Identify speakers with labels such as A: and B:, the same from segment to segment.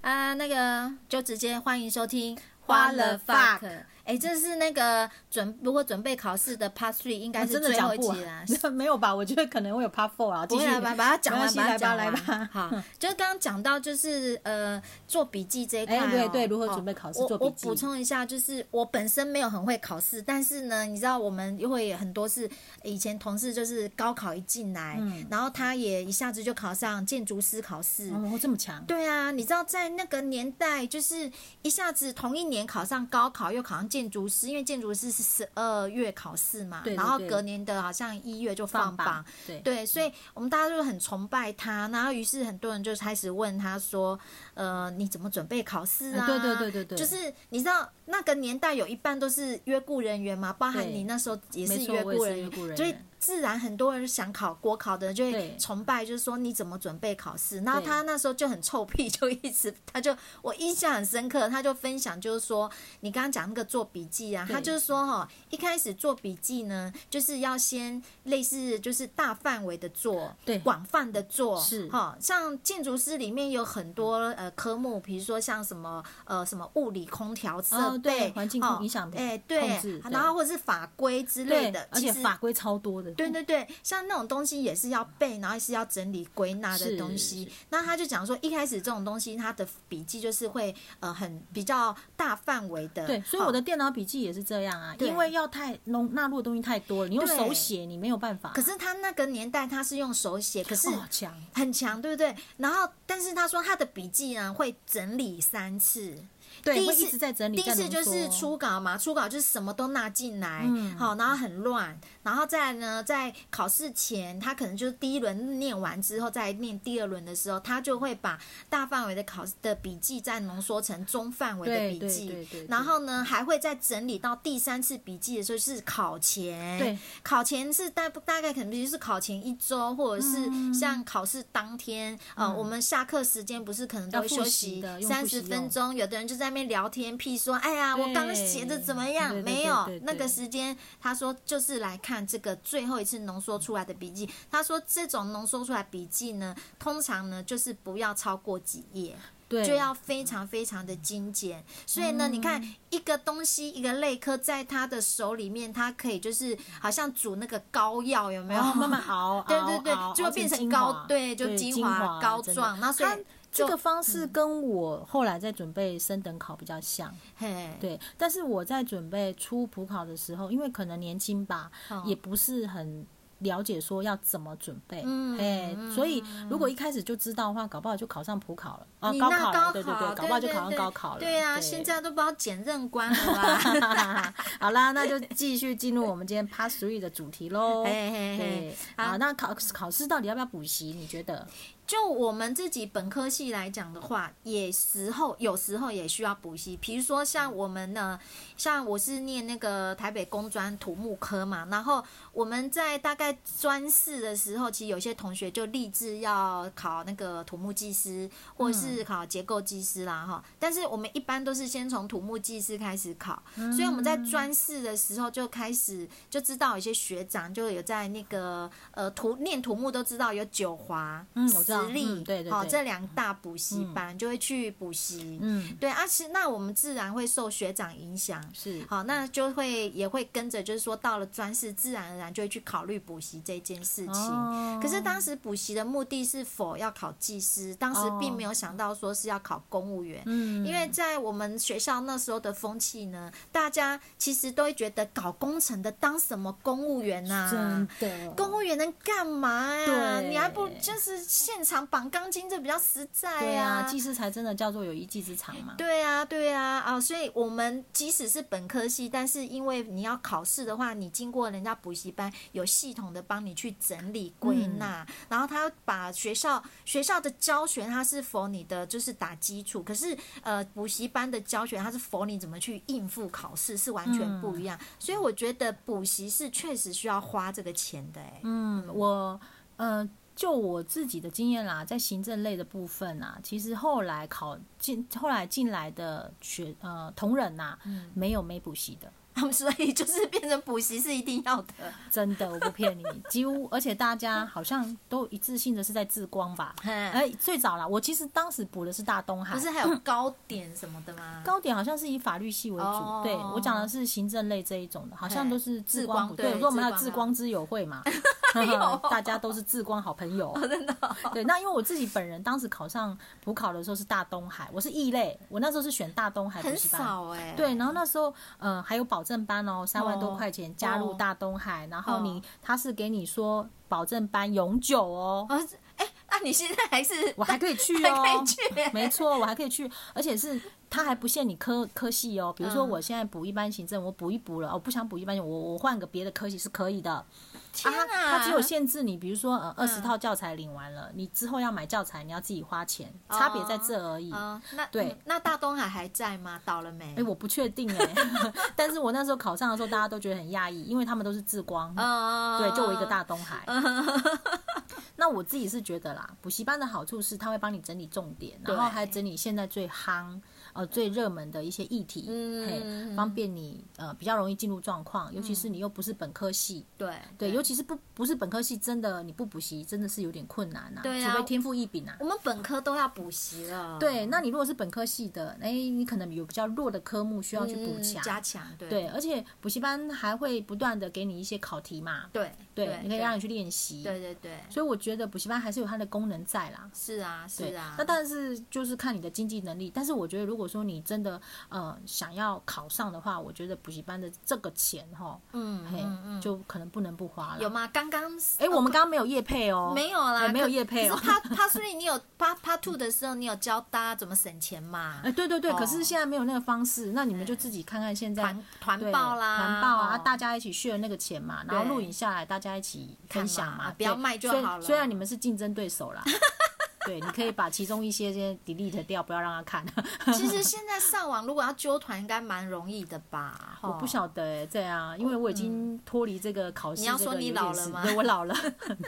A: 啊，那个就直接欢迎收听《
B: What the fuck
A: 哎，这是那个准如果准备考试的 Part Three，应该
B: 我
A: 是
B: 啊真的
A: 最
B: 讲
A: 后一
B: 不
A: 集啦
B: 完。， 没有吧？我觉得可能会有 Part Four 啊，
A: 不
B: 继
A: 会
B: 续
A: 啦把把它讲
B: 没
A: 完，
B: 关系
A: 把它
B: 来
A: 讲
B: 吧，
A: 完。
B: 来吧。
A: 好， 就是刚刚讲到就是呃做笔记这一块、哦
B: 哎对对如何准备考试
A: 哦
B: 做笔
A: 我我
B: 记
A: 补充一下，就是我本身没有很会考试，但是呢，你知道我们会有很多是以前同事就是高考一进来，然后他也一下子就考上建筑师考试，
B: 嗯哦，这么强，
A: 对啊，你知道在那个年代，就是一下子同一年考上高考，又考上建筑师，因为建筑师是十二月考试嘛，
B: 对对
A: 然后
B: 对
A: 隔年的好像一月就放榜，
B: 棒，对
A: 对，所以我们大家就很崇拜他，然后于是很多人就开始问他说：“呃，你怎么准备考试啊？”
B: 哎对对对对对
A: 就是你知道那个年代有一半都是约雇人员嘛，包含
B: 对
A: 你那时候也
B: 没
A: 是
B: 错
A: 约
B: 我也
A: 雇
B: 是
A: 人
B: 约雇人
A: 所以
B: 员
A: 自然很多人想考国考的人就会
B: 对
A: 崇拜，就是说你怎么准备考试？然后
B: 对
A: 他那时候就很臭屁， 就一直他就我印象很深刻，他就分享就是说你刚刚讲那个做笔记啊，他
B: 对
A: 就是说哈、一开始做笔记呢，就是要先类似就是大范围的做，
B: 对
A: 广泛的做，
B: 是
A: 哈、像建筑师里面有很多呃科目，比如说像什么呃什么物理空调设
B: 哦
A: 备、
B: 对环境
A: 哦
B: 控影响
A: 哎、
B: 控
A: 对
B: 制，对
A: 然后或者是法规之类
B: 对
A: 的，，
B: 而且
A: 其实
B: 法规超多的，
A: 对对对，像那种东西也是要背，然后是要整理归纳的
B: 是
A: 东西。那他就讲说，一开始这种东西，他的笔记就是会呃很比较大范围的。
B: 对，所以
A: 哦
B: 我的电脑笔记也是这样啊，
A: 对
B: 因为要太容纳入的东西太多了，你用
A: 对
B: 手写你没有办法。
A: 可是他那个年代他是用手写，可是
B: 哦强，
A: 很强，对不对？然后，但是他说他的笔记呢会整理三次。
B: 对，
A: 第一
B: 会
A: 次
B: 一直在整理，
A: 第一次
B: 在浓
A: 就是
B: 缩
A: 初稿嘛，初稿就是什么都纳进来，
B: 嗯
A: 好、然后很乱，然后再来呢，在考试前，他可能就是第一轮念完之后，再念第二轮的时候，他就会把大范围的考的笔记再浓缩成中范围的
B: 对
A: 笔记，
B: 对对对对
A: 然后呢，还会再整理到第三次笔记的时候是考前，
B: 对，
A: 考前是大大概可能就是考前一周，或者
B: 嗯
A: 是像考试当天，呃，我们下课时间不是可能都会
B: 要复
A: 休
B: 习
A: 息
B: 的用
A: 三
B: 复习哦
A: 十
B: 用
A: 分钟，有的人就在那边聊天屁说，哎呀，我刚写的怎么样？
B: 对对对
A: 没有
B: 对对，对
A: 那个时间他说就是来看这个最后一次浓缩出来的笔记。他说这种浓缩出来笔记呢，通常呢就是不要超过几页。
B: 对，嗯
A: 就要非常非常的精简。所以呢，你看一个东西一个类科在他的手里面，他可以就是好像煮那个膏药，有没有？
B: 然后慢慢 熬，
A: 哦 对
B: 熬
A: 对对
B: 熬
A: 就
B: 熬
A: 会变成
B: 哦精华
A: 膏对就
B: 对
A: 精
B: 精
A: 华膏
B: 真的
A: 状那所以
B: 它
A: 就嗯
B: 这个方式跟我后来在准备升等考比较像，
A: 嘿，
B: 对，但是我在准备初普考的时候，因为可能年轻吧，
A: 哦
B: 也不是很了解说要怎么准备，
A: 嗯
B: 哎，
A: 嗯
B: 所以如果一开始就知道的话，搞不好就考上普考了啊，
A: 你
B: 高
A: 那
B: 考
A: 高
B: 了，对对对，搞不好就考上高考了，
A: 对啊，现在都不知道检任官了吧？
B: 好啦，那就继续进入我们今天 Part Three 的主题喽。
A: 嘿嘿嘿
B: 对，啊，那考考试到底要不要补习？你觉得？
A: 就我们自己本科系来讲的话，也时候有时候也需要补习，比如说像我们呢，像我是念那个台北工专土木科嘛，然后我们在大概专四的时候，其实有些同学就立志要考那个土木技师或
B: 嗯
A: 是考结构技师啦哈，但是我们一般都是先从土木技师开始考，
B: 嗯
A: 所以我们在专四的时候就开始就知道有些学长就有在那个呃土念土木都知道有九华。
B: 嗯我知道
A: 私立，
B: 嗯对对
A: 好、
B: 对
A: 这两大补习班就会去补习，
B: 嗯，
A: 对啊，其实那我们自然会受学长影响，
B: 是
A: 好，那就会也会跟着，就是说到了专四，自然而然就会去考虑补习这件事情。
B: 哦
A: 可是当时补习的目的是否要考技师，当时并没有想到说是要考公务员，
B: 嗯，
A: 因为在我们学校那时候的风气呢，大家其实都会觉得搞工程的当什么公务员呐、
B: 真的
A: 公务员能干嘛呀？
B: 对
A: 你还不就是现场绑钢筋，这比较实在
B: 对
A: 呀、
B: 啊，技师才真的叫做有一技之长嘛。
A: 对啊，对啊，啊、所以我们即使是本科系，但是因为你要考试的话，你经过人家补习班，有系统的帮你去整理归纳，然后他把学校学校的教学，它是否你的就是打基础，可是呃补习班的教学，它是否你怎么去应付考试是完全不一样，所以我觉得补习是确实需要花这个钱的、欸，
B: 嗯，我呃，就我自己的经验啦，在行政类的部分啊，其实后嗯来考进后来进来的学呃同仁呐、没有没补习的。
A: 他们嗯所以就是变成补习是一定要的。
B: 真的，我不骗你，几乎而且大家好像都一致性的是在自光吧？
A: 哎，
B: 哎，最早啦，我其实当时补的是大东海，
A: 不是还有糕点什么的吗？
B: 高点好像是以法律系为主，
A: 哦
B: 对我讲的是行政类这一种的，好像都是
A: 智
B: 智
A: 光
B: 光不对，
A: 对
B: 我说我
A: 智
B: 们要
A: 光
B: 智
A: 啊
B: 光之友 会嘛， 大家都是智光好朋友，
A: 哦
B: 真的。对，那因为我自己本人当时考上补考的时候是大东海，我是异类，我那时候是选大东海补
A: 很
B: 习班。
A: 少哎、
B: 对，然后那时候，呃，还有保证班哦，三万多块钱加入
A: 哦
B: 大东海，然后你
A: 哦
B: 他是给你说保证班永久哦，
A: 哦，是哎、那你现在还是
B: 我还可以去哦，
A: 还可以去、
B: 没错，我还可以去，而且是它还不限你科科系哦。比如
A: 嗯
B: 说，我现在补一般行政，我补一补了，哦，不想补一般行，我我换个别的科系是可以的。啊，
A: 天
B: 它
A: 啊，
B: 它只有限制你，比如说呃，二
A: 嗯
B: 十套教材领完了，你之后要买教材，你要自己花钱，差别在这而已。
A: 哦，那
B: 对
A: 嗯那大东海还在吗？倒了没？
B: 哎、我不确定 哎、但是我那时候考上的时候，大家都觉得很讶异，因为他们都是智光，
A: 嗯，
B: 对，就我一个大东 海。那我自己是觉得啦，补习班的好处是他会帮你整理重点，然后
A: 对
B: 还整理现在最夯、呃最热门的一些议题，
A: 嗯
B: 嘿，方便你呃比较容易进入状况，尤其是你又不是本科系。
A: 对
B: 对，尤其是不不是本科系，真的你不补习真的是有点困难呐、
A: 对啊嗯
B: 除非天赋异禀啊。
A: 我们本科都要补习了，
B: 对，那你如果是本科系的，哎，你可能有比较弱的科目需要
A: 嗯，
B: 去补强。
A: 加强，对
B: 对，而且补习班还会不断的给你一些考题嘛，
A: 对
B: 对，你可以让你
A: 对
B: 去练习。
A: 对对对，
B: 所以我觉得补习班还是有它的功能在啦。
A: 是啊
B: 对
A: 是啊，
B: 那但是就是看你的经济能力。但是我觉得，如果说你真的呃想要考上的话，我觉得补习班的这个钱哈，
A: 嗯
B: 嘿，
A: 嗯嗯，
B: 就可能不能不花
A: 有
B: 了。
A: 吗？刚刚
B: 哎、我们刚刚没有业配哦，
A: 没有啦，
B: 哎没有
A: 可
B: 业配哦
A: 可是 Part Part Three 你有 Part Part Two 的时候，你有教大家怎么省钱嘛
B: 哎、？对对对，
A: 哦
B: 可是现在没有那个方式，那你们就自己看看现在
A: 团团
B: 对
A: 报啦，
B: 环报啊，
A: 哦
B: 大家一起 share 那个钱嘛，然后
A: 对
B: 录影下来，大家一起分
A: 看
B: 享
A: 嘛
B: 嘛，
A: 啊不要
B: 对
A: 卖就
B: 虽
A: 好了
B: 虽然你们是竞争对手啦，对，你可以把其中一些先 delete 掉，不要让他看。
A: 其实现在上网如果要揪团，应该蛮容易的吧？
B: 我
A: 吼
B: 不晓得、欸、这样，因为我已经脱离这个考试
A: 哦嗯你
B: 这
A: 要
B: 个
A: 说
B: 有
A: 你
B: 点
A: 老了
B: 时
A: 吗
B: 对，我老 了。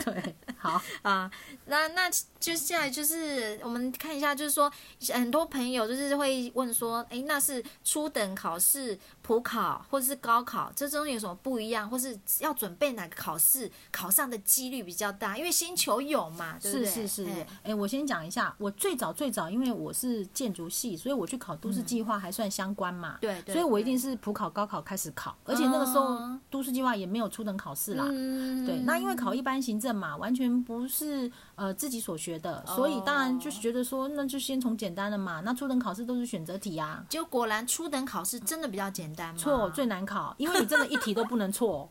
B: 对，好，
A: 啊，那那接下来就是我们看一下，就是说很多朋友就是会问说，诶，那是初等考试、普考或是高考，这中间有什么不一样，或是要准备哪个考试，考上的几率比较大？因为先求有嘛，对不
B: 是
A: 对？
B: 是是，
A: 嘿
B: 哎、我先讲一下，我最早最早，因为我是建筑系，所以我去考都市计划还算相关嘛。
A: 对嗯对哦
B: 所以我一定是普考、高考开始考，而且那个时候都市计划也没有初等考试啦。
A: 嗯，
B: 对，那因为考一般行政嘛，完全不是呃自己所学的，所以当然
A: 哦
B: 就是觉得说，那就先从简单的嘛。那初等考试都是选择题啊，
A: 就果然初等考试真的比较简单嘛，
B: 错最难考，因为你真的一题都不能错，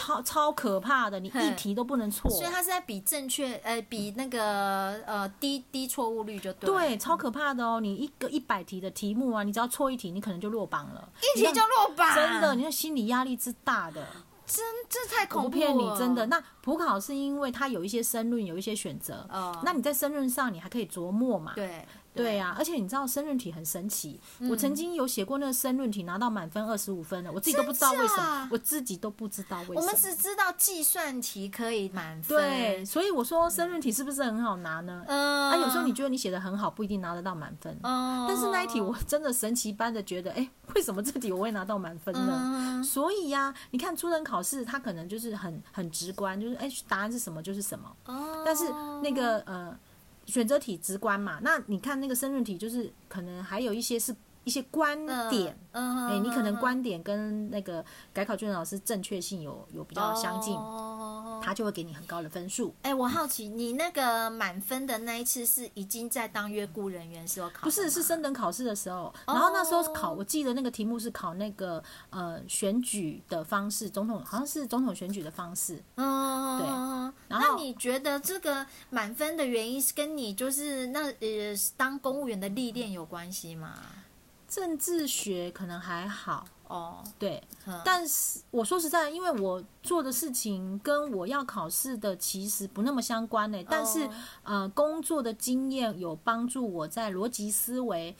B: 超超可怕的，你一题都不能错。
A: 所以他是在比正确，呃，比那个呃低低错误率就对了，
B: 对，超可怕的哦！你一个一百题的题目啊，你只要错一题，你可能就落榜了。
A: 一题就落榜，
B: 真的，你的心理压力之大的，
A: 真这太
B: 我不
A: 恐怖哦
B: 骗你，
A: 了
B: 真的。那普考是因为它有一些申论，有一些选择。
A: 哦
B: 那你在申论上，你还可以琢磨嘛？
A: 对啊嗯
B: 对啊呀、而且你知道申论题很神奇，我曾经有写过那个申论题，拿到满分二十五分的，我自己都不知道为什
A: 真
B: 么
A: 假，
B: 我自己都不知道为什么。
A: 我们只知道计算题可以满分，
B: 对，，所以我说申论题是不是很好拿呢？
A: 嗯，
B: 啊，有时候你觉得你写的很好，不一定拿得到满分。
A: 嗯，
B: 但是那一题我真的神奇般的觉得，哎、为什么这题我会拿到满分呢？
A: 嗯
B: 所以呀、你看初等考试，它可能就是很很直观，就是哎、答案是什么就是什么。
A: 哦，
B: 但是那个呃选择题直观嘛，那你看那个申论题，就是可能还有一些是一些观点，
A: 嗯，嗯，
B: 哎、你可能
A: 嗯
B: 观点跟那个改考卷老师正确性有有比较相近，
A: 哦
B: 他就会给你很高的分数。
A: 哎、我好奇，你那个满分的那一次是已经在当约雇人员时候考的吗？
B: 不是，是升等考试的时候，然后那时候
A: 哦
B: 考，我记得那个题目是考那个呃选举的方式，总统好像是总统选举的方式。
A: 哦嗯，
B: 然
A: 那
B: 后
A: 你觉得这个满分的原因是跟你就是那呃当公务员的历练有关系吗？
B: 政治学可能还好，
A: 哦，
B: 对，
A: 嗯
B: 但是我说实在，因为我做的事情跟我要考试的其实不那么相关呢、但是、
A: 哦
B: 呃，工作的经验有帮助我在逻辑思维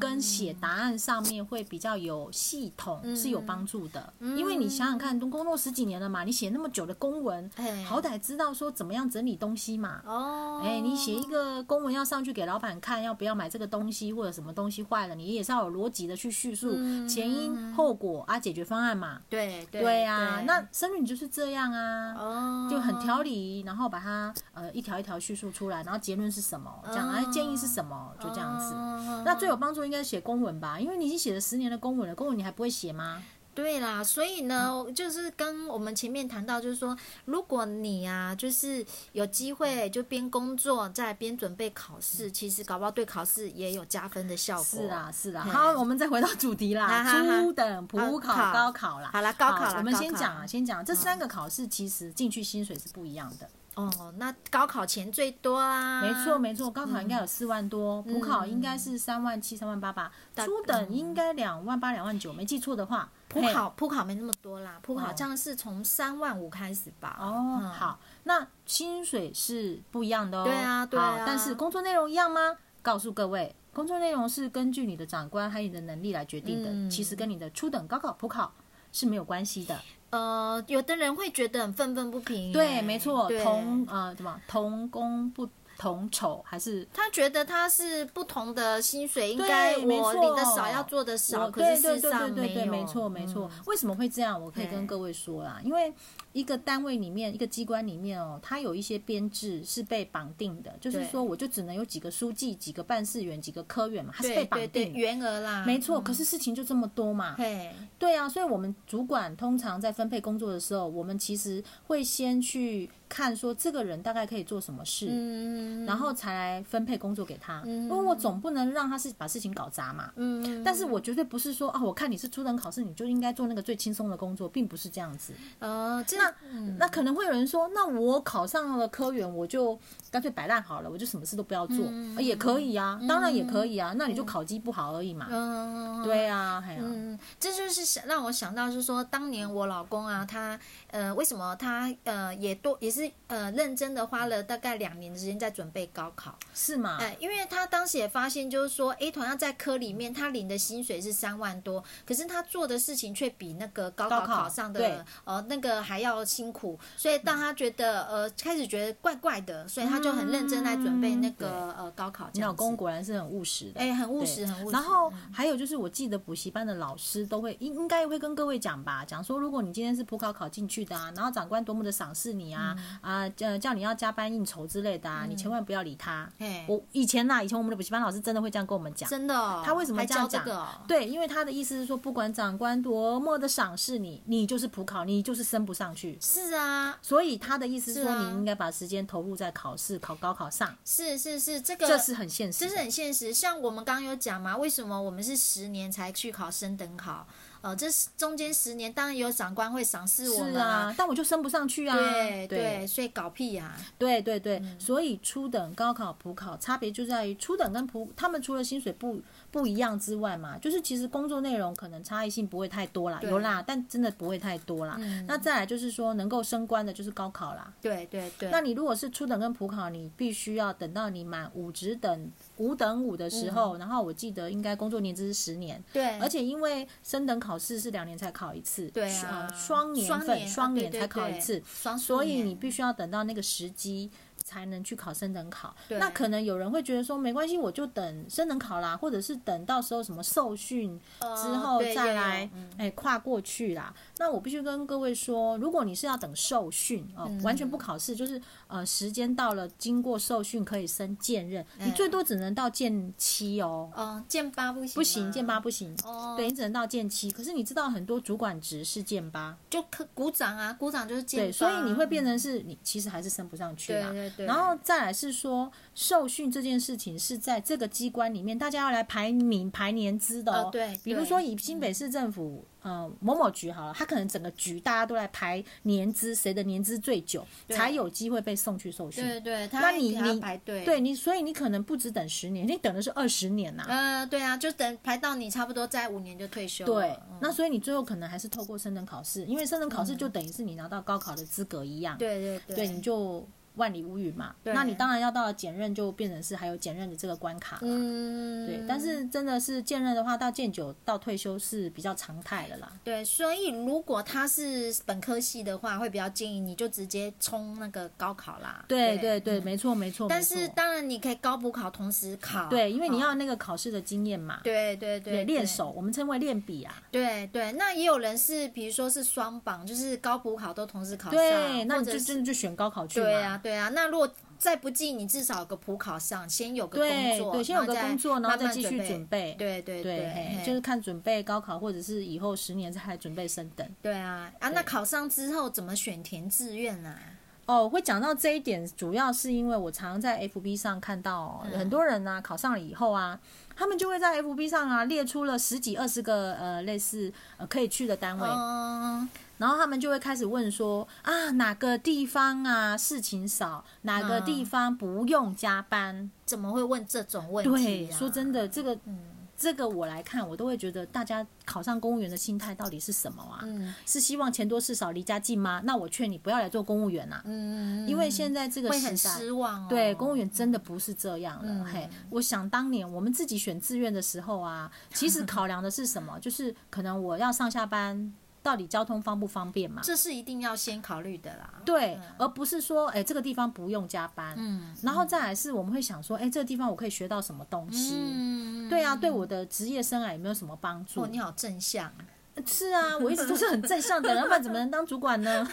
B: 跟写答案上面会比较有系统，
A: 嗯
B: 是有帮助的。
A: 嗯
B: 因为你想想看，都工作十几年了嘛，你写那么久的公文，
A: 哎
B: 好歹知道说怎么样整理东西嘛。
A: 哦，
B: 哎、你写一个公文要上去给老板看，要不要买这个东西，或者什么东西坏了，你也是要有逻辑的去叙述
A: 嗯
B: 前因后果啊，解决方案嘛。
A: 对对
B: 对啊，那僧侣就是这样啊。
A: 哦
B: 就很条理，然后把它呃一条一条叙述出来，然后结论是什么，这样，
A: 哦
B: 哎、建议是什么，就这样子。
A: 哦
B: 那最有帮助应该是写公文吧，因为你已经写了十年的公文了，公文你还不会写吗？
A: 对啦，所以
B: 嗯
A: 呢，就是跟我们前面谈到，就是说，如果你啊，就是有机会就边工作再边准备考试，其实搞不好对考试也有加分的效果。
B: 嗯是啊啦，是啦。
A: 嘿
B: 好，我们再回到主题
A: 哈
B: 啦，
A: 哈哈
B: 初等、普
A: 哦
B: 考、
A: 考
B: 高考啦。
A: 好啦高考啦
B: 我们
A: 高
B: 先
A: 考嗯
B: 讲啊，先讲这三个考试，其实进去薪水是不一样的。
A: 哦，那高考前最多啦，
B: 没错，没错，高考应该有四万多，普考应该是三万七、三万八吧，
A: 嗯大嗯
B: 初等应该两万八、两万九，没记错的话。
A: 普
B: 嘿
A: 考普考没那么多啦，普考
B: 哦
A: 好像是从三万五开始吧。
B: 哦，
A: 嗯，
B: 好，那薪水是不一样的哦。
A: 对啊对
B: 好
A: 啊，
B: 但是工作内容一样吗？告诉各位，工作内容是根据你的长官还有你的能力来决定的，
A: 嗯
B: 其实跟你的初等、高考、普考是没有关系的。
A: 呃，有的人会觉得很愤愤不平欸。
B: 对，没错，
A: 对
B: 同呃，什么同工不同酬，还是
A: 他觉得他是不同的薪水，应
B: 对
A: 该
B: 没
A: 我
B: 错
A: 领的少要做的少，
B: 我
A: 可
B: 哦对
A: 是
B: 对
A: 事
B: 对
A: 实上
B: 对对对，
A: 有嗯
B: 没错没错。为什么会这样？我可以跟
A: 嘿
B: 各位说啦，因为一个单位里面，一个机关里面哦，它有一些编制是被绑定的，就是
A: 对
B: 说我就只能有几个书记、几个办事员、几个科员嘛，它是
A: 对
B: 被绑
A: 对对，
B: 定的。
A: 员额啦，
B: 没错，
A: 嗯
B: 可是事情就这么多嘛。
A: 嘿，
B: 对啊，所以我们主管通常在分配工作的时候，我们其实会先去看说这个人大概可以做什么事，
A: 嗯，
B: 然后才来分配工作给他。
A: 嗯
B: 因为我总不能让他是把事情搞砸嘛。
A: 嗯，
B: 但是我绝对不是说啊，我看你是初等考试，你就应该做那个最轻松的工作，并不是这样子。
A: 呃，这
B: 那那可能会有人说，那我考上了科员，我就干脆摆烂好了，我就什么事都不要做，
A: 嗯
B: 啊也可以啊，当然也可以啊，那你就考绩不好而已嘛。
A: 嗯，
B: 对啊，哎呀、
A: 嗯，这就是想让我想到，就是说，当年我老公啊，他呃，为什么他呃也多也是呃认真的花了大概两年的时间在准备高考，
B: 是嘛？
A: 哎，因为他当时也发现，就是说，诶，同样在科里面，他领的薪水是三万多，可是他做的事情却比那个高
B: 高
A: 考
B: 考
A: 考上
B: 对
A: 的呃那个还要辛苦，所以让他觉得、呃开始觉得怪怪的，所以他就很认真来准备那个、呃高考这
B: 嗯你
A: 样
B: 老
A: 子。
B: 公果然是很务实的。
A: 哎，很务
B: 对
A: 实，很务实。嗯
B: 然后还有就是，我记得补习班的老师都会应应该会跟各位讲吧，讲说如果你今天是普考考进去的啊，然后长官多么的赏识你啊，
A: 嗯
B: 啊叫叫你要加班应酬之类的啊，你千万不要理他。
A: 哎，
B: 我以前呐、以前我们的补习班老师真的会这样跟我们讲。
A: 真的哦、
B: 他为什么
A: 还
B: 这样
A: 教
B: 讲？
A: 这个哦、
B: 对，因为他的意思是说，不管长官多么的赏识你，你就是普考，你就是升不上去。
A: 是啊，
B: 所以他的意思是说，
A: 是啊
B: 你应该把时间投入在考试、考高考上，
A: 是是是，这个
B: 这是很现实
A: 这
B: 的。
A: 是很现实。像我们刚刚有讲嘛，为什么我们是十年才去考升等考？呃，这是中间十年，当然有长官会赏识我
B: 是
A: 们
B: 啊，。但我就升不上去啊。
A: 对嗯
B: 对
A: 所以搞屁啊呀、
B: 对对对，所以初等、高考、普考差别就在于初等跟普，他们除了薪水不不一样之外嘛，就是其实工作内容可能差异性不会太多啦，
A: 对
B: 有啦，但真的不会太多啦。
A: 嗯
B: 那再来就是说能够升官的就是高考啦。
A: 对对对，
B: 那你如果是初等跟普考，你必须要等到你满五职等五等五的时候，然后我记得应该工作年资是十年，
A: 嗯对，
B: 而且因为升等考试是两年才考一次，
A: 对
B: 呃
A: 啊，
B: 双年份双
A: 年啊
B: 年才考一次，，
A: 所
B: 所以你必须要等到那个时机才能去考升等考。
A: 对
B: 那可能有人会觉得说，没关系，我就等升等考啦，或者是等到时候什么受训
A: 哦
B: 之后再来，哎、
A: 嗯
B: 跨过去啦。那我必须跟各位说，如果你是要等受训哦、完
A: 嗯
B: 全不考试，就是呃时间到了，经过受训可以升荐任，你最多只能到荐七哦，
A: 嗯，剑八不行，
B: 不行，荐八
A: 八
B: 不行。
A: 哦，
B: 对你只能到荐七，可是你知道很多主管职是荐八，
A: 就可鼓掌啊，鼓掌就是剑八，
B: 对，所以你会变成是你其实还是升不上去啦。
A: 对对对
B: 然后再来是说受训这件事情是在这个机关里面，大家要来排名排年资的哦。
A: 哦对
B: 比如
A: 对
B: 说以新北市政府呃某某局好了，它可能整个局大家都来排年资，谁的年资最久，
A: 对
B: 才有机会被送去受训。
A: 对对，
B: 那
A: 他
B: 你
A: 给他
B: 你
A: 排队，
B: 对你，所以你可能不只等十年，你等的是二十年呐、
A: 呃，对啊，就等排到你差不多在五年就退休了。
B: 对
A: 嗯，
B: 那所以你最后可能还是透过升等考试，因为升等考试就等于是你拿到高考的资格一样。
A: 对对对，
B: 对，你就万里无云嘛，那你当然要到了检任就变成是还有检任的这个关卡嘛，
A: 嗯，
B: 对。但是真的是见任的话，到见九到退休是比较常态的啦。
A: 对，所以如果他是本科系的话，会比较建议你就直接冲那个高考啦。
B: 对
A: 对嗯
B: 对对，没错没错。
A: 但
B: 没错
A: 是当然你可以高补考同时考，
B: 对，因为你
A: 哦
B: 要那个考试的经验嘛，
A: 对对对
B: 对，练手，我们称为练笔啊。
A: 对对，那也有人是，比如说是双榜，就是高补考都同时考上，
B: 对，那
A: 或
B: 你
A: 者
B: 就是真的就选高考去嘛。
A: 对啊，对啊。那如果再不济，你至少有个普考上，先有个工
B: 对
A: 作，
B: 对，先有个工作，然后
A: 再慢慢
B: 再继续准备。
A: 对对
B: 对，嘿
A: 嘿
B: 就是看准备高考，或者是以后十年再来准备升等。
A: 对啊啊！那考上之后怎么选填志愿啊？
B: 哦，会讲到这一点，主要是因为我常在 FB 上看到、哦
A: 嗯
B: 很多人呢、考上了以后啊，他们就会在 FB 上啊列出了十几二十个呃类似呃可以去的单位，
A: 嗯，
B: 然后他们就会开始问说啊哪个地方啊事情少，哪个地方不用加班？
A: 怎么会问这种问题、
B: 嗯对，
A: 啊？
B: 说真的，这个
A: 嗯
B: 这个我来看，我都会觉得大家考上公务员的心态到底是什么啊？
A: 嗯
B: 是希望钱多事少离家近吗？那我劝你不要来做公务员呐、啊
A: 嗯，
B: 因为现在这个
A: 会
B: 时
A: 很
B: 代，
A: 失望、哦。
B: 对，公务员真的不是这样了。
A: 嗯
B: 嘿，我想当年我们自己选志愿的时候啊，其实考量的是什么？ 就是可能我要上下班，到底交通方不方便嘛？
A: 这是一定要先考虑的啦。
B: 啊对，而不是说，哎、这个地方不用加班。
A: 嗯
B: 然后再来是我们会想说，哎、这个地方我可以学到什么东西？
A: 嗯，
B: 对啊，对我的职业生涯有没有什么帮助？
A: 哦，你好正向啊。
B: 是啊，我一直都是很正 向的人，要不然怎么能当主管呢？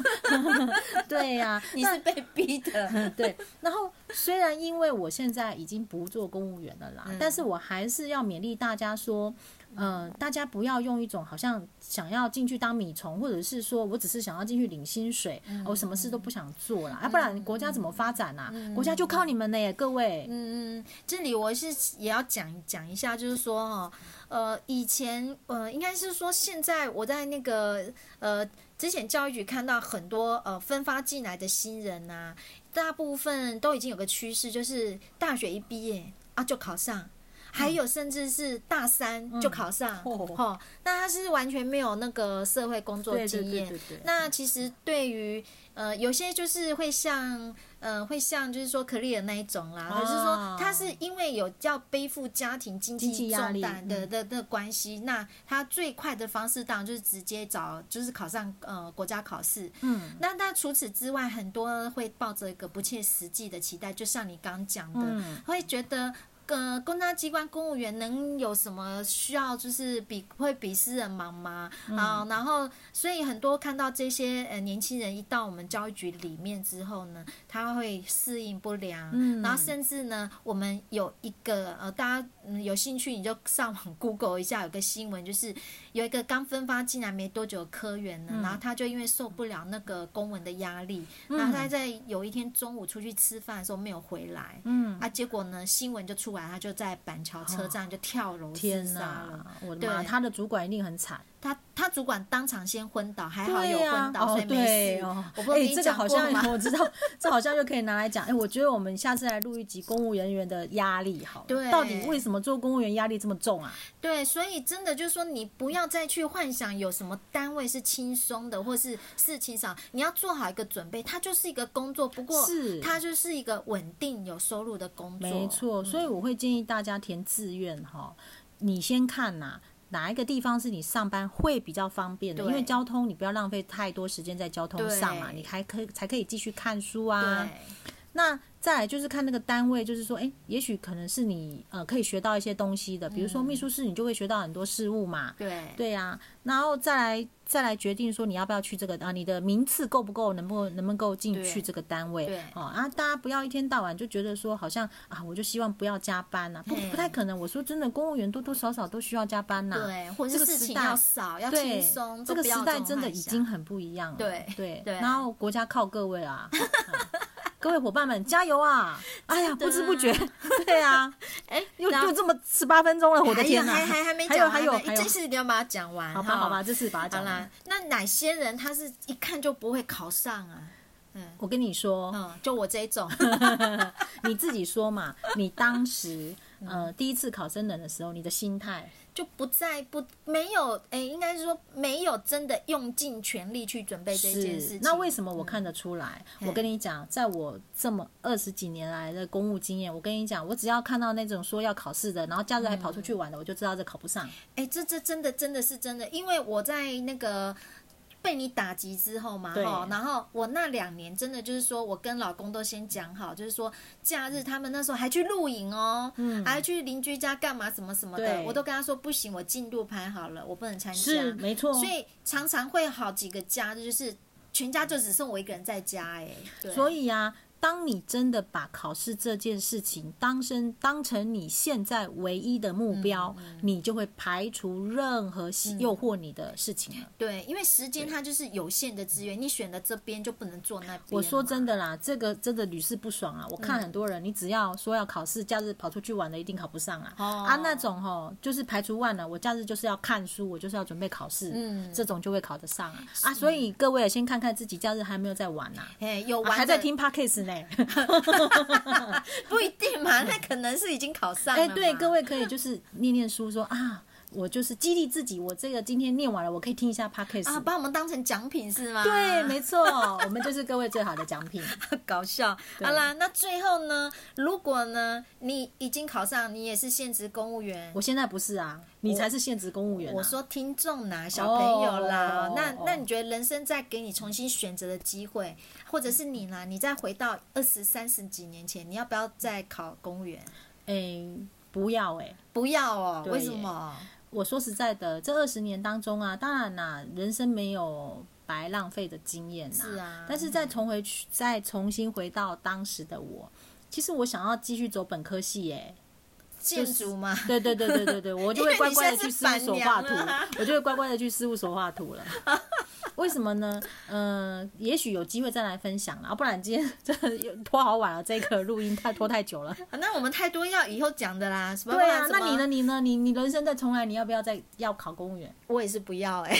B: 对呀、
A: 你是被逼的。
B: 对，然后虽然因为我现在已经不做公务员了啦，但
A: 嗯
B: 是我还是要勉励大家说，呃，大家不要用一种好像想要进去当米虫，或者是说我只是想要进去领薪水，
A: 嗯
B: 我、什么事都不想做啦，要、啊不然国家怎么发展啊？国家就靠你们了耶，各位。
A: 嗯嗯，这里我是也要讲讲一下，就是说哦，呃，以前呃，应该是说现在我在那个呃之前教育局看到很多呃分发进来的新人呐、大部分都已经有个趋势，就是大学一毕业啊就考上。还有，甚至是大三就考上，
B: 哦
A: 哦，那他是完全没有那个社会工作
B: 对对
A: 经
B: 对
A: 验，
B: 对对，
A: 那其实对于呃有些就是会像呃会像就是说可丽的那一种啦，
B: 哦
A: 可是说他是因为有要背负家庭经
B: 经济
A: 济
B: 压
A: 重
B: 力
A: 担的
B: 嗯
A: 的的关系，那他最快的方式当然就是直接找就是考上呃国家考试。
B: 嗯
A: 那那除此之外，很多会抱着一个不切实际的期待，就像你刚讲的，
B: 嗯，
A: 会觉得。呃，公家机关公务员能有什么需要？就是比会比私人忙吗？啊、然后所以很多看到这些呃年轻人一到我们教育局里面之后呢，他会适应不良，
B: 嗯
A: 然后甚至呢，我们有一个呃，大家、嗯、有兴趣你就上网 Google 一下，有个新闻就是有一个刚分发进来没多久的科员呢，然后他就因为受不了那个公文的压力，
B: 嗯
A: 然后他在有一天中午出去吃饭的时候没有回来，
B: 嗯
A: 啊，结果呢，新闻就出来，他就在板桥车站就跳楼自
B: 嗯天
A: 杀了。
B: 哪，我的妈，
A: 啊对
B: 他的主管一定很惨。
A: 他他主管当场先昏倒，还好
B: 对
A: 有
B: 呀，
A: 昏倒，
B: 哦，
A: 所以没
B: 对
A: 事。
B: 哦，
A: 我不是跟
B: 哎
A: 你
B: 这个
A: 讲
B: 好
A: 过
B: 像
A: 吗
B: 我知道，这好像就可以拿来讲。哎、我觉得我们下次来录一集公务人员的压力好了，
A: 对
B: 到底为什么做公务员压力这么重啊？
A: 对，所以真的就是说，你不要再去幻想有什么单位是轻松的，或是事情少，你要做好一个准备，它就是一个工作，不过
B: 是
A: 它就是一个稳定有收入的工作。嗯
B: 没错，所以我会建议大家填志愿哈，你先看呐、哪一个地方是你上班会比较方便的？
A: 对
B: 因为交通，你不要浪费太多时间在交通上嘛，
A: 对
B: 你还可以才可以继续看书
A: 对，
B: 啊。那再来就是看那个单位，就是说，哎、也许可能是你呃可以学到一些东西的，比如说秘书室，你就会学到很多事物嘛。
A: 嗯对，
B: 对呀、然后再来再来决定说你要不要去这个啊，你的名次够不够，能不能不能够进去
A: 对
B: 这个单位？
A: 对
B: 哦啊，大家不要一天到晚就觉得说好像啊，我就希望不要加班啊呐、不
A: 嘿
B: 不太可能。我说真的，公务员多多少少都需要加班呐、
A: 嗯对，或者
B: 啊这
A: 是
B: 个
A: 事
B: 时
A: 情
B: 代
A: 要少，要
B: 对
A: 轻松，
B: 这
A: 都
B: 个
A: 不
B: 时
A: 要
B: 代
A: 种
B: 真的
A: 幻
B: 已
A: 想
B: 经很不一样了。
A: 对
B: 对
A: 对啊
B: 然后国家靠各位啦、啊 各位伙伴们加油啊！哎呀，
A: 真的
B: 不知不觉， 对啊，
A: 哎，
B: 又
A: 然后
B: 又这么十八分钟了，哦我的
A: 还有
B: 天呐、
A: 还还还没
B: 还有
A: 讲
B: 还
A: 完
B: 有
A: 呢，
B: 还有
A: 这，事一定要把它讲完。
B: 好吧
A: 哈
B: 好吧，，这次把它
A: 好
B: 讲完
A: 啦。，那哪些人他是一看就不会考上啊？
B: 我跟你说，
A: 嗯，就我这一种，
B: 你自己说嘛，你当时
A: 嗯
B: 呃第一次考生人的时候，你的心态。
A: 就不再不没有，哎、应该是说没有真的用尽全力去准备这件事
B: 是
A: 情，。嗯
B: 那为什么我看得出来？我跟你讲，在我这么二十几年来的公务经验，我跟你讲，我只要看到那种说要考试的，然后假日还跑
A: 嗯
B: 出去玩的，我就知道这考不上。
A: 哎、这这真的真的是真的，因为我在那个被你打击之后嘛，
B: 对
A: 哈，然后我那两年真的就是说我跟老公都先讲好，就是说假日他们那时候还去露营哦，嗯，还去邻居家干嘛什么什么的，
B: 对
A: 我都跟他说不行，我进度排好了，我不能参加，
B: 是没错，哦
A: 所以常常会好几个假日就是全家就只剩我一个人在家、哎，对
B: 所以啊，当你真的把考试这件事情当成当成你现在唯一的目标，
A: 嗯
B: 你就会排除任何吸诱惑你的事情了。
A: 对，因为时间它就是有限的资源，你选了这边就不能做那边。嗯
B: 我说真，的啦，这个真的屡试不爽啊！我看很多人，你只要说要考试，假日跑出去玩的，一定考不上啊！
A: 哦
B: 啊，那种吼，就是排除万难，我假日就是要看书，我就是要准备考试，
A: 嗯
B: 这种就会考得上啊！啊，所以各位先看看自己假日还没有在玩呐、
A: 哎，有
B: 啊，
A: 玩、
B: 还在，听 podcast 呢。
A: 不一定 嘛，那可能是已经考上了。
B: 哎，对，各
A: 位，
B: 位可以就是念念书说啊，我就是激励自己，我这个今天念完了，我可以听一下 podcast。
A: 啊，把我们当成奖品是吗？
B: 对，没错，我们就是各位最好的奖品。
A: 搞笑。好啦，那最后呢，如果呢你已经考上，你也是现职公务员。
B: 我现在不 是啊，你才是现职公务员、啊。
A: 我说听众啦，小朋友啦，
B: 哦
A: 那
B: 哦
A: 那你觉得人生再给你重新选择的机会，或者是你啦，你再回到二十三十几年前，你要不要再考公务员？
B: 哎、不要哎、
A: 不要哦，
B: 对
A: 为
B: 耶
A: 什么？
B: 我说实在的，这二十年当中啊，当然啦、人生没有白浪费的经验呐、
A: 是啊
B: 但是再重回去，再重新回到当时的我，其实我想要继续走本科系耶、
A: 建筑吗？
B: 对对对对对对，我就会乖乖的去事务所画图
A: 因为你现在是板娘了啊，
B: 我就会乖乖的去事务所画图了。 为什么呢？嗯、也许有机会再来分享啦，不然今天真的又拖好晚了，啊这个录音太拖太久了。
A: 啊 那我们太多要以后讲的啦，什么
B: 对啊，
A: 什么
B: 那你呢？？你呢？你你人生再重来，你要不要再要考公务员？
A: 我也是不要 哎、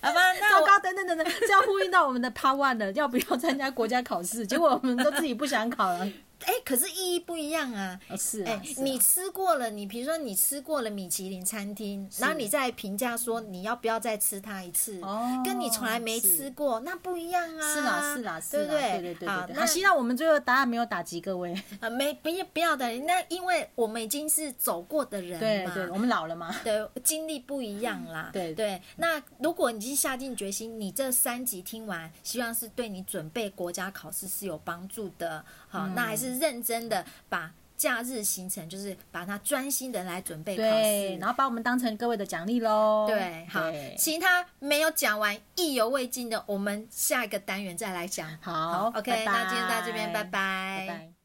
A: 好吧，那
B: 糟
A: 我
B: 糕，等等等等，这样呼应到我们的 Part One 了，要不要参加国家考试？结果我们都自己不想考了。
A: 哎、可是意义不一样啊。
B: 哦、是
A: 哎、
B: 啊，是啊
A: 你吃过了，你比如说你吃过了米其林餐厅，然后你再评价说你要不要再吃它一次，
B: 哦
A: 跟你从来没
B: 是
A: 吃过那不一样啊。
B: 是啦是啦
A: 对
B: 是
A: 不
B: 啦，对
A: 对
B: 对对
A: 好
B: 对。
A: 那
B: 好，希望我们最后答案没有打击各位。
A: 呃没不要不要的，那因为我们已经是走过的人
B: 对
A: 嘛，
B: 对，我们老了嘛。
A: 的经历不一样啦。
B: 对
A: 嗯对，那如果你已经下定决心，你这三集听完，希望是对你准备国家考试是有帮助的。好，那还是认真的把假日行程，就是把它专心的来准备考
B: 对，
A: 试。
B: 然后把我们当成各位的奖励喽。
A: 对，好，其他没有讲完、意犹未尽的，我们下一个单元再来讲。
B: 好
A: ，OK，
B: 拜拜
A: 那今天到这边，拜拜
B: 拜拜。